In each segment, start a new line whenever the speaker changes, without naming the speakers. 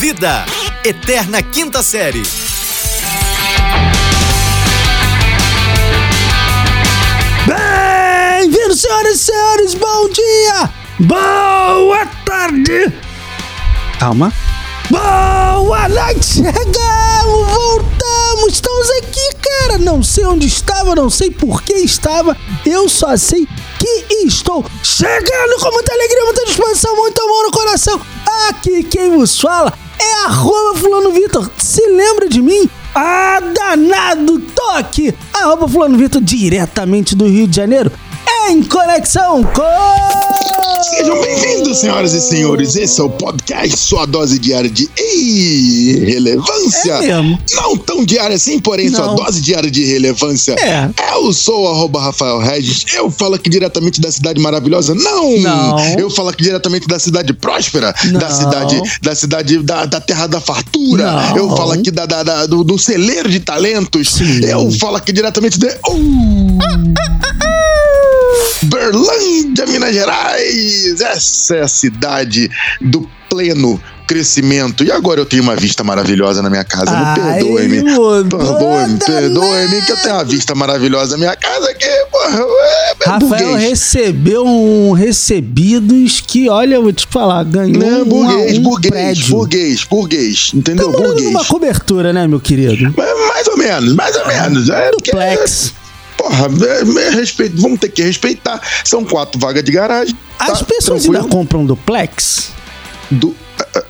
Vida, Eterna Quinta Série.
Bem-vindos, senhoras e senhores, bom dia! Boa tarde! Calma. Boa noite, chegamos, voltamos, estamos aqui, cara! Não sei onde estava, não sei por que estava, eu só sei que estou chegando com muita alegria, muita disposição, muito amor no coração. Aqui quem vos fala é arroba fulano Vitor, se lembra de mim? Ah, danado toque! Arroba fulano Vitor diretamente do Rio de Janeiro, em conexão com...
Sejam bem-vindos, senhoras e senhores. Esse é o podcast, sua dose diária de irrelevância.
É mesmo.
Não tão diária assim, porém,
Não.
sua dose diária de irrelevância.
É.
Eu sou o arroba Rafael Regis. Eu falo aqui diretamente da cidade maravilhosa. Não!
Não.
Eu falo aqui diretamente da cidade próspera,
Não.
da cidade, da cidade da, da terra da fartura.
Não.
Eu falo aqui da, da- da- do, do celeiro de talentos.
Sim.
Eu falo aqui diretamente de. uh, Berlândia, Minas Gerais. Essa é a cidade do pleno crescimento. E agora eu tenho uma vista maravilhosa na minha casa. Me
Ai,
perdoe-me.
mudou,
Perdoe-me,
danado.
perdoe-me que eu tenho uma vista maravilhosa na minha casa que, porra, é
Rafael
burguês.
recebeu um recebidos que, olha, eu vou te falar, ganhou
Não, é
um,
burguês,
a um
burguês,
prédio.
burguês, burguês, entendeu?
Tá morando
burguês.
numa cobertura, né, meu querido?
Mas Mais ou menos, mais ou menos. É, porque-
Duplex.
Porra, é, é, respeito, vamos ter que respeitar. São quatro vagas de garagem.
As
tá?
pessoas
Tranquilo.
ainda compram um duplex?
Du-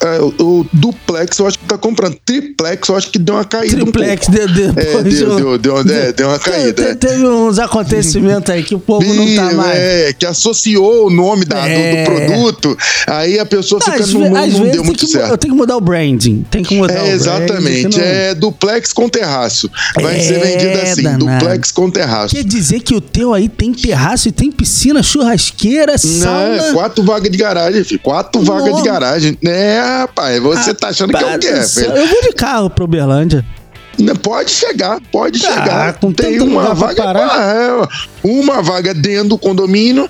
é, é, o, o duplex eu acho que tá comprando. Triplex eu acho que deu uma caída. um
Triplex,
pouco.
de, depois
É, deu, deu, deu, é, deu uma caída.
Te-
é.
Teve uns acontecimentos aí que o povo não tá
Ih,
mais.
é, que associou o nome da, do-
É.
do, produto, aí a pessoa
Não,
fica.
às
Não,
ve-
não-
às
não
vezes
deu
tem
muito
que mu-
certo.
Eu tenho que mudar o branding. Tem que mudar o
É,
branding.
exatamente.
que não-
É duplex com terraço. Vai
É,
ser vendido assim,
danado.
duplex com terraço.
Quer dizer que o teu aí tem terraço e tem piscina, churrasqueira,
Não,
sauna.
é quatro vagas de garagem, filho. Quatro
Nossa.
vagas de garagem. É, rapaz, você tá achando que eu
Rapaz
quero,
do céu,
filho.
Eu vou de carro pra Uberlândia.
Não, Pode chegar, pode
Ah,
chegar.
com
Tem
tanto
uma
lugar pra
vaga.
parar.
Ah, é, Uma vaga dentro do condomínio,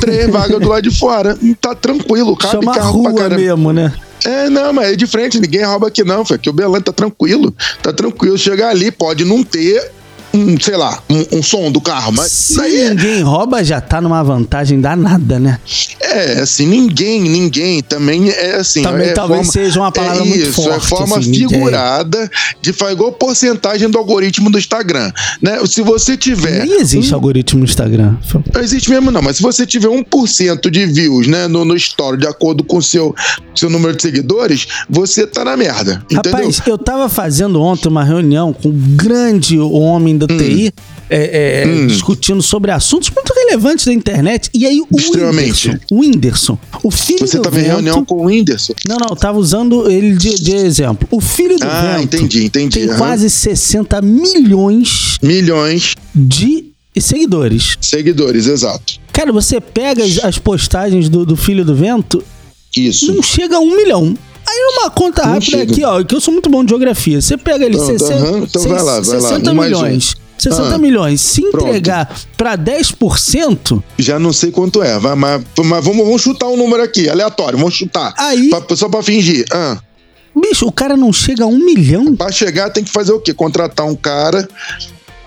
três vagas do lado de fora. Tá tranquilo, cabe
Chama
carro
rua
pra caramba.
mesmo, né?
É, não, mas é de frente, ninguém rouba aqui não, foi que o Belém tá tranquilo, tá tranquilo. Chegar ali, pode não ter um, sei lá, um, um som do carro, mas
Se
isso aí
ninguém rouba, já tá numa vantagem danada, né?
é, é assim, ninguém, ninguém também é assim.
Também
é
talvez
forma-
seja uma palavra
é
muito
isso,
forte,
é forma
assim, ninguém.
figurada de fazer igual porcentagem do algoritmo do Instagram, né? Se você tiver
Nem existe algoritmo no Instagram.
Não existe mesmo, não. Mas se você tiver 1% de views, né, no, no story, de acordo com o seu, seu número de seguidores, você tá na merda. Entendeu?
Rapaz, eu tava fazendo ontem uma reunião com um grande homem
Hum.
da TI, é, é, discutindo sobre assuntos muito relevantes da internet. E aí o
Extremamente.
Whindersson, o Whindersson, o filho
você
do
tava em
vento-
reunião com o Whindersson.
Não, não, eu tava usando ele de, de exemplo. O filho do
Ah,
vento
entendi, entendi.
tem
aham.
quase 60 milhões
Milhões
de seguidores.
de seguidores, exato.
Cara, você pega as, as postagens do, do Filho do Vento,
Isso.
não chega a um milhão. Aí uma conta
Não
rápida
chega.
aqui, ó, que eu sou muito bom de geografia. Você pega ali
Então,
60,
aham, então vai lá, vai lá,
60
um mais um.
milhões. 60
Ah,
milhões. Se
pronto.
entregar pra 10%,
Já não sei quanto é, vai, mas, mas vamos, vamos chutar um número aqui, aleatório, vamos chutar.
Aí-
Pra- só pra fingir. Ah,
bicho, o cara não chega a um milhão.
pra chegar tem que fazer o quê? Contratar um cara,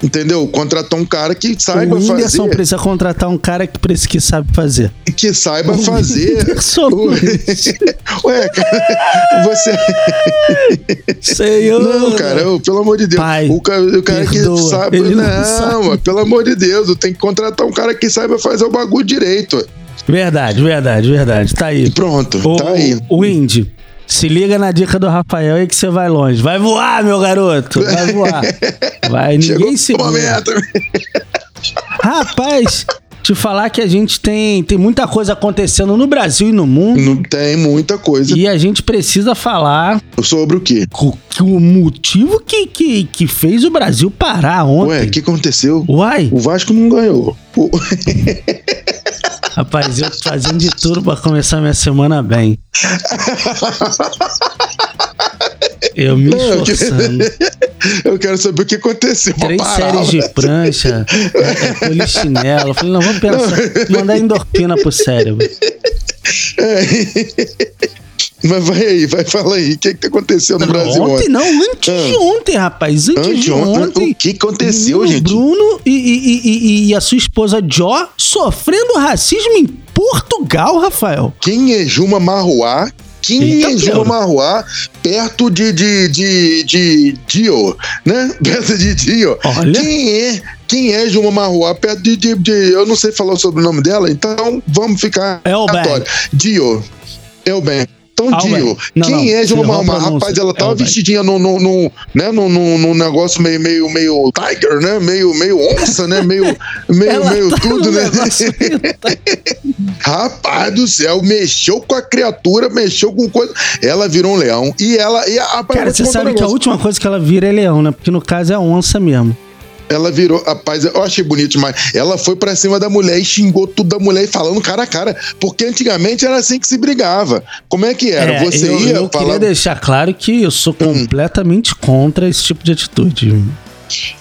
entendeu? Contratar um cara que saiba
o Whindersson
fazer.
precisa contratar um cara que, precisa- que sabe fazer.
Que saiba fazer.
Whindersson Nunes.
Ué, cara, você.
Senhor.
Não, cara, eu- pelo amor de Deus.
Pai,
o, ca- o cara
perdoa,
que sabe.
ele não
Não,
sabe.
mano, pelo amor de Deus, eu tenho que contratar um cara que saiba fazer o bagulho direito.
Verdade, verdade, verdade. Tá aí.
E pronto,
Ô,
tá aí.
O Indy, se liga na dica do Rafael aí que você vai longe. Vai voar, meu garoto. Vai voar. Vai,
Chegou
é, ninguém
o
se.
momento.
Rapaz, te falar que a gente tem, tem muita coisa acontecendo no Brasil e no mundo.
Não tem muita coisa
E a gente precisa falar
sobre o quê?
co- que o motivo que, que, que fez o Brasil parar ontem.
Ué, o que aconteceu?
Uai,
O Vasco não ganhou. O-
rapaz, eu tô fazendo de tudo pra começar minha semana bem. Eu me
Não, eu que-
esforçando.
Eu quero saber o que aconteceu. pra
Três
parar.
séries de prancha, é, é, polichinelo. Falei, não, vamos pensar, mandar endorfina pro cérebro.
É. Mas vai aí, vai, fala aí. O que, que tá acontecendo no Brasil
ontem
ontem? Ah.
não, antes de ontem, rapaz. Antes, de
Anteontem,
ontem.
o que aconteceu,
o
gente?
Bruno e, e- e- e- e a sua esposa Jo sofrendo racismo em Portugal, Rafael.
Quem é Juma Marruá? Quem
Eita,
é Juma
Pedro.
Marruá perto de, de, de, de Dio, né? Perto de Dio.
Olha.
Quem é, quem é Juma Marruá perto de, de, de- Eu não sei falar sobre o nome dela, então vamos ficar.
Elben.
aleatório. Dio. Elben. Então,
Elben.
Dio,
Não,
quem
não,
é Juma
você errou a
Marruá?
pronúncia.
Rapaz, ela tava
Elben.
vestidinha num, num, num, né? num, num, num negócio meio, meio, meio tiger, né? Meio, meio onça, né? Meio, meio,
Ela
meio
tá
tudo,
num
né?
negócio meio-
Rapaz do céu, mexeu com a criatura, mexeu com coisa. Ela virou um leão e ela. E a, rapaz, eu
Cara,
vou te
você
contar um
sabe que a
negócio.
última coisa que ela vira é leão, né? Porque no caso é onça mesmo.
Ela virou. Rapaz, eu achei bonito demais. Ela foi pra cima da mulher e xingou tudo da mulher e falando cara a cara. Porque antigamente era assim que se brigava. Como é que era?
É,
Você
eu, eu
ia falar. Hum.
queria deixar claro que eu sou completamente contra esse tipo de atitude.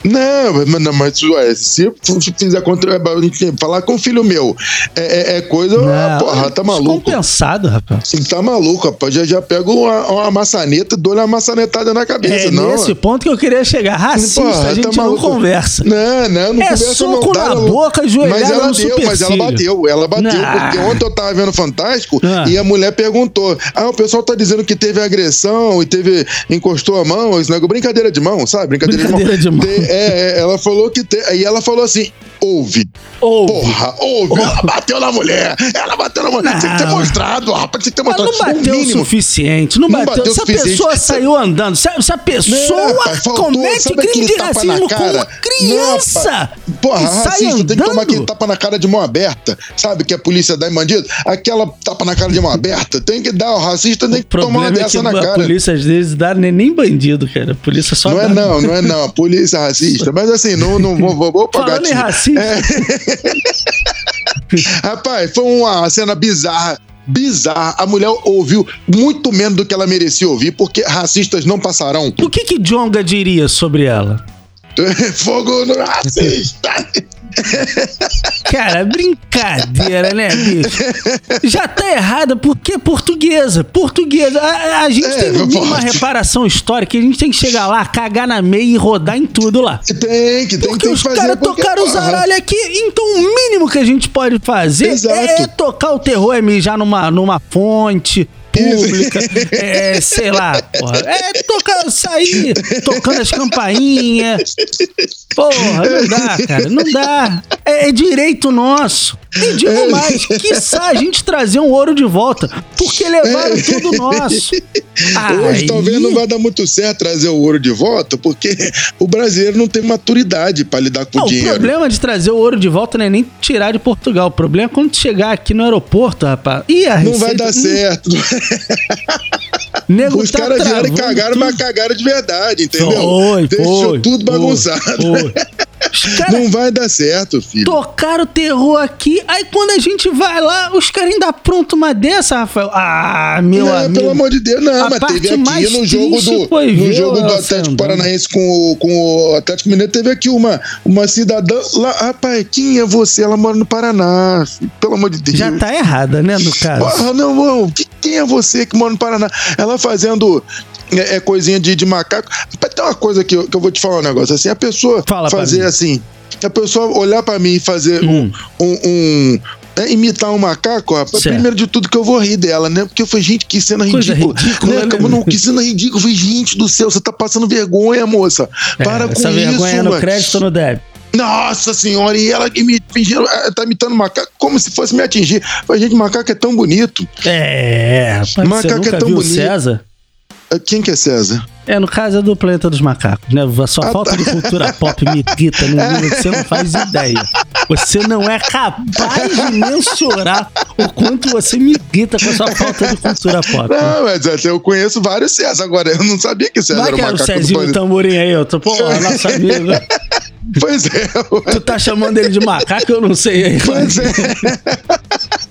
Não, mas- mas, não, mas ué, se eu f- fizer contra. enfim, Falar com o filho meu é, é- é coisa.
Não,
ah, porra, tá maluco.
Descompensado, rapaz.
Você tá maluco, rapaz. Já, já pego uma, uma maçaneta, dou uma maçanetada na cabeça,
É
não.
nesse ponto que eu queria chegar. Racista,
Porra,
a
tá
gente não
maluco.
conversa.
Não, não, não
É
conversa
soco
não. Tá,
na
não.
boca, joelhada
Mas ela
no
deu, mas ela
supercílio.
bateu, ela bateu.
Não.
Porque ontem eu tava vendo Fantástico
Ah.
e a mulher perguntou: Ah, o pessoal tá dizendo que teve agressão e teve. encostou a mão, esse negócio. Brincadeira de mão, sabe? Brincadeira,
Brincadeira de mão.
Te- é, é, ela falou que. Te... Aí ela falou assim: houve.
Ou.
Porra, houve. Ela bateu na mulher. Ela bateu na mulher. Tinha que ter
Oh. Não.
mostrado, rapaz. Tinha que ter
Mas
mostrado.
não bateu
No
o
tá mínimo.
suficiente. Não
Não
bateu.
bateu o
se a
suficiente.
pessoa saiu andando, se a, se a pessoa
Não, rapaz, faltou,
comete
sabe
crime
aquele
de
tapa na
racismo com
cara?
uma criança
Não, Porra,
e sai
racista tem que tomar aquele
andando,
tapa na cara de mão aberta, sabe? Que a polícia dá em bandido. Aquela tapa na cara de mão aberta. Tem que dar, o racista tem
o
que tomar uma
problema é que
dessa na
a
cara.
polícia às vezes dá nem, nem bandido, cara. A polícia só
Não
dá...
é não, não é não. A polícia é racista. Mas assim, não, não vou, vou, vou pagar
Falando em racismo,
É. Rapaz, foi uma cena bizarra. Bizarra. A mulher ouviu muito menos do que ela merecia ouvir, porque racistas não passarão.
o que que Jonga diria sobre ela?
Fogo no racista!
Cara, brincadeira, né, bicho? Já tá errada porque é portuguesa. Portuguesa. A, a- a gente
É,
tem no mínimo uma
pode.
reparação histórica. A gente tem que chegar lá, cagar na meia e rodar em tudo lá.
Tem que, tem que,
Porque
tem que
os
fazer.
caras
porque-
tocaram os
Aham.
aralhos aqui, então o mínimo que a gente pode fazer
Exato.
é tocar o terror e mijar numa, numa fonte pública, é, sei lá, porra. É tocar, sair tocando as campainhas. Porra, não dá, cara, não dá. É, é direito nosso. E
É.
digo mais, quiçá a gente trazer um ouro de volta, porque levaram tudo nosso.
É. Hoje talvez
Aí-
não vai dar muito certo trazer o ouro de volta, porque o brasileiro não tem maturidade pra lidar com
Não,
o
o
dinheiro.
problema de trazer o ouro de volta não é nem tirar de Portugal. O problema é quando chegar aqui no aeroporto, rapaz. Ih, a
Não vai
receita-
dar certo.
Hum, Nego
Os
né? tá
caras vieram e
travando
cagaram,
tudo.
mas cagaram de verdade, entendeu?
Foi,
Deixou
foi, foi,
tudo bagunçado.
foi. Os caras
Não vai dar certo, filho.
tocaram o terror aqui. Aí quando a gente vai lá, os caras ainda aprontam uma dessa, Rafael. Ah, meu
Não,
amigo.
É, pelo amor de Deus, não,
A
mas
parte
teve aqui
mais
no jogo
triste
do,
foi
no
ver
jogo
ela
do
sendo.
Atlético Paranaense com o, com o Atlético Mineiro, teve aqui uma, uma cidadã lá, rapaz, quem é você? Ela mora no Paraná, filho, pelo amor de Deus.
Já tá errada, né, no caso.
Porra, não, não. Que- Quem é você que mora no Paraná? Ela fazendo é, é, coisinha de, de macaco. Rapaz, Tem uma coisa que eu, que eu vou te falar um negócio assim. A pessoa
Fala pra
fazer
mim.
assim. A pessoa olhar pra mim e fazer um-
Hum.
um. um- é, imitar um macaco, rapaz.
Certo.
Primeiro de tudo que eu vou rir dela, né? Porque eu falei, gente, que cena
Coisa
ridícula.
ridícula,
né?
né?
Como não, que cena ridícula. Eu falei, gente do céu, você tá passando vergonha, moça. Para
É,
com
essa
isso,
vergonha é no
mano.
crédito ou no débito?
Nossa senhora, e ela que me fingindo, eh, tá imitando macaco como se fosse me atingir. Eu Falei, gente, macaco é tão bonito.
É, rapaz, você
Macaco é
nunca
tão
viu o
bonito.
César?
Eh, Quem que é César?
É, no caso é do Planeta dos Macacos, né? A
Ah,
sua falta de
tá.
cultura pop me irrita num nível que você não faz ideia. Você não é capaz de mensurar o quanto você me irrita com a sua falta de cultura pop.
Não, mas até eu conheço vários César. Agora, eu não sabia que César
Vai
era
que
o
era o
macaco
Cezinho do
do Pan-
Tamborim aí, eu tô, pô, nosso amigo. então.
Pois é,
Tu tá chamando ele de macaco, eu não sei aí.
pois é.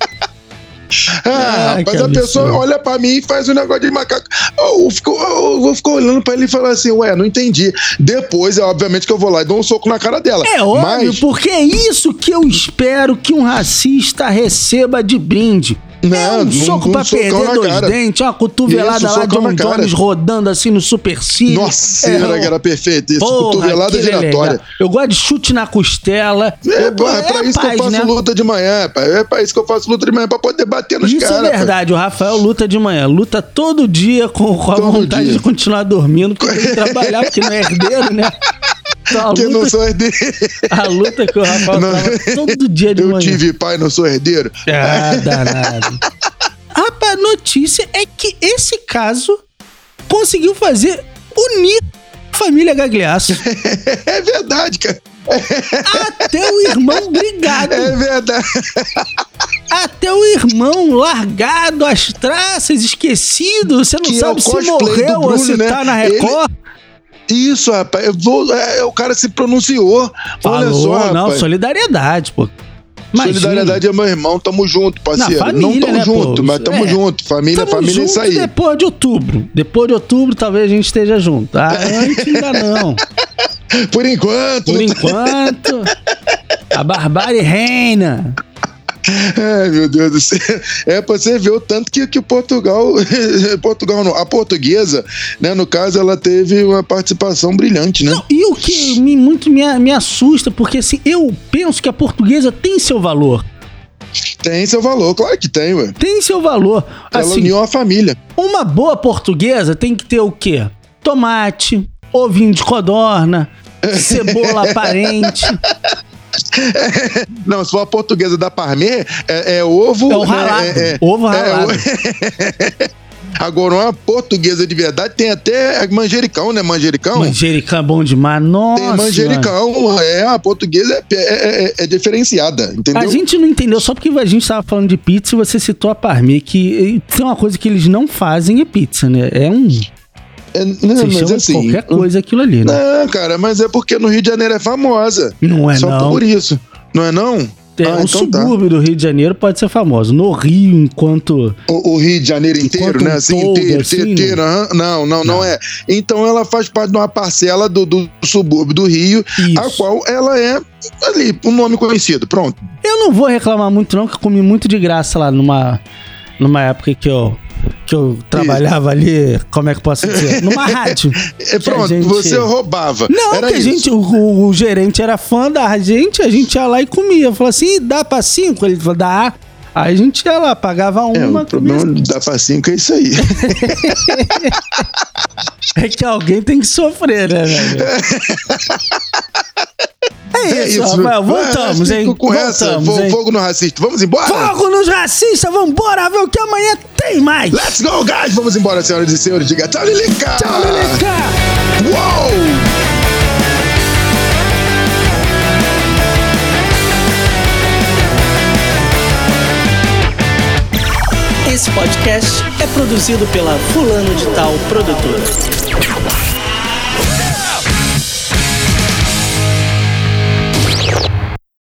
Ah,
Ai,
rapaz,
que
a pessoa
absurdo.
olha pra mim e faz um negócio de macaco. Eu fico, eu vou ficar olhando pra ele e falar assim, ué, não entendi. Depois, é obviamente que eu vou lá e dou um soco na cara dela.
É óbvio,
Mas-
porque é isso que eu espero que um racista receba de brinde. é um soco pra perder
socão na
dois
cara.
dentes, uma cotovelada
Isso,
lá de
socão
John
na cara.
Jones rodando assim no supercílio.
Nossa,
É,
era,
um-
que era perfeito. Isso,
Porra,
cotovelada
aquilo é
giratória.
legal. Eu gosto de chute na costela.
É,
Eu-
porra, é pra isso que eu
né?
faço luta de manhã, pai. É pra isso que eu faço luta de manhã, pra poder bater nos
Isso
caras.
é verdade, o Rafael luta de manhã, luta todo dia com, com a
Todo
vontade
dia.
de continuar dormindo, porque tem que trabalhar, porque não é herdeiro, né? Então, a,
Porque não
luta,
sou herdeiro.
a luta que o Rafael
Não.
tava todo dia de
Eu
manhã.
tive pai, não sou herdeiro.
Ah, danado. Rapaz, a notícia é que esse caso conseguiu fazer unir a família Gagliasso
É verdade, cara.
até o irmão brigado.
É verdade.
Até o irmão largado, as traças, esquecido. Você não
Que é
sabe
o
se
cosplay do
morreu ou
Bruno,
se
né?
tá na Record.
Isso, rapaz. Eu vou- é, o cara se pronunciou. Olha
Falou,
só, rapaz.
não, solidariedade, pô. Imagina.
Solidariedade é meu irmão, tamo junto, parceiro.
Na
não
família,
tamo
né,
junto,
pô?
mas tamo
É.
junto. Família,
Tamo
família é isso
junto né?
aí.
depois de outubro. Depois de outubro, talvez a gente esteja junto. Ah, antes ainda não.
Por enquanto.
Por
não-
enquanto, a barbárie reina.
Ai, meu Deus do céu. É pra você ver o tanto que, que Portugal. Portugal não. A portuguesa, né, no caso, ela teve uma participação brilhante, né?
Não, e o que me, muito me, a- me assusta, porque assim, eu penso que a portuguesa tem seu valor.
Tem seu valor, claro que tem, ué.
Tem seu valor.
Ela
Assim,
uniu a família.
uma boa portuguesa tem que ter o quê? Tomate, ovinho de codorna, cebola aparente.
Não, se for a portuguesa da Parmê, é, é ovo.
É o
né,
ralado.
é- é-
ovo
é,
ralado.
Agora, uma portuguesa de verdade tem até manjericão, né? Manjericão?
manjericão é bom demais. Nossa.
Tem manjericão, é, a portuguesa é, é- é- é diferenciada, entendeu?
A gente não entendeu, só porque a gente tava falando de pizza e você citou a Parmi, que eh, tem uma coisa que eles não fazem é pizza, né? É um.
É, não,
Vocês
mas
chamam
assim,
de qualquer coisa aquilo ali, né?
Não, cara, mas é porque no Rio de Janeiro é famosa.
Não é,
Só
não.
por isso. Não é não?
É,
Ah,
o
então tá.
subúrbio do Rio de Janeiro pode ser famoso. No Rio, enquanto.
O, o Rio de Janeiro inteiro,
Enquanto um
né? Assim,
todo,
inteiro,
assim,
inteiro, inteiro. aham. Não, não, não,
Não.
é. Então ela faz parte de uma parcela do, do subúrbio do Rio, a
Isso.
qual ela é ali, um nome conhecido. Pronto.
Eu não vou reclamar muito, não, que eu comi muito de graça lá numa, numa época que eu. Que eu trabalhava ali, como é que eu posso dizer? Numa rádio.
É,
Que a
pronto,
gente-
você roubava.
Não,
Era
que a
isso.
gente, o, o- o gerente era fã da gente, a gente ia lá e comia. Falou assim, "Ih, dá pra cinco? Ele falou, dá. Aí a gente ia lá, pagava
É,
uma.
o problema da facinho é isso aí.
É que alguém tem que sofrer, né, velho? É isso, Rafael. Voltamos,
Ah,
hein?
fico Com essa,
Voltamos,
fogo,
hein?
fogo no racista. Vamos embora?
Fogo nos racistas, vambora ver o que amanhã tem mais.
Let's go, guys! Vamos embora, senhoras e senhores. Diga tchau, Lilica!
Tchau, Leleca!
Uou!
Esse podcast é produzido pela Fulano de Tal Produtora.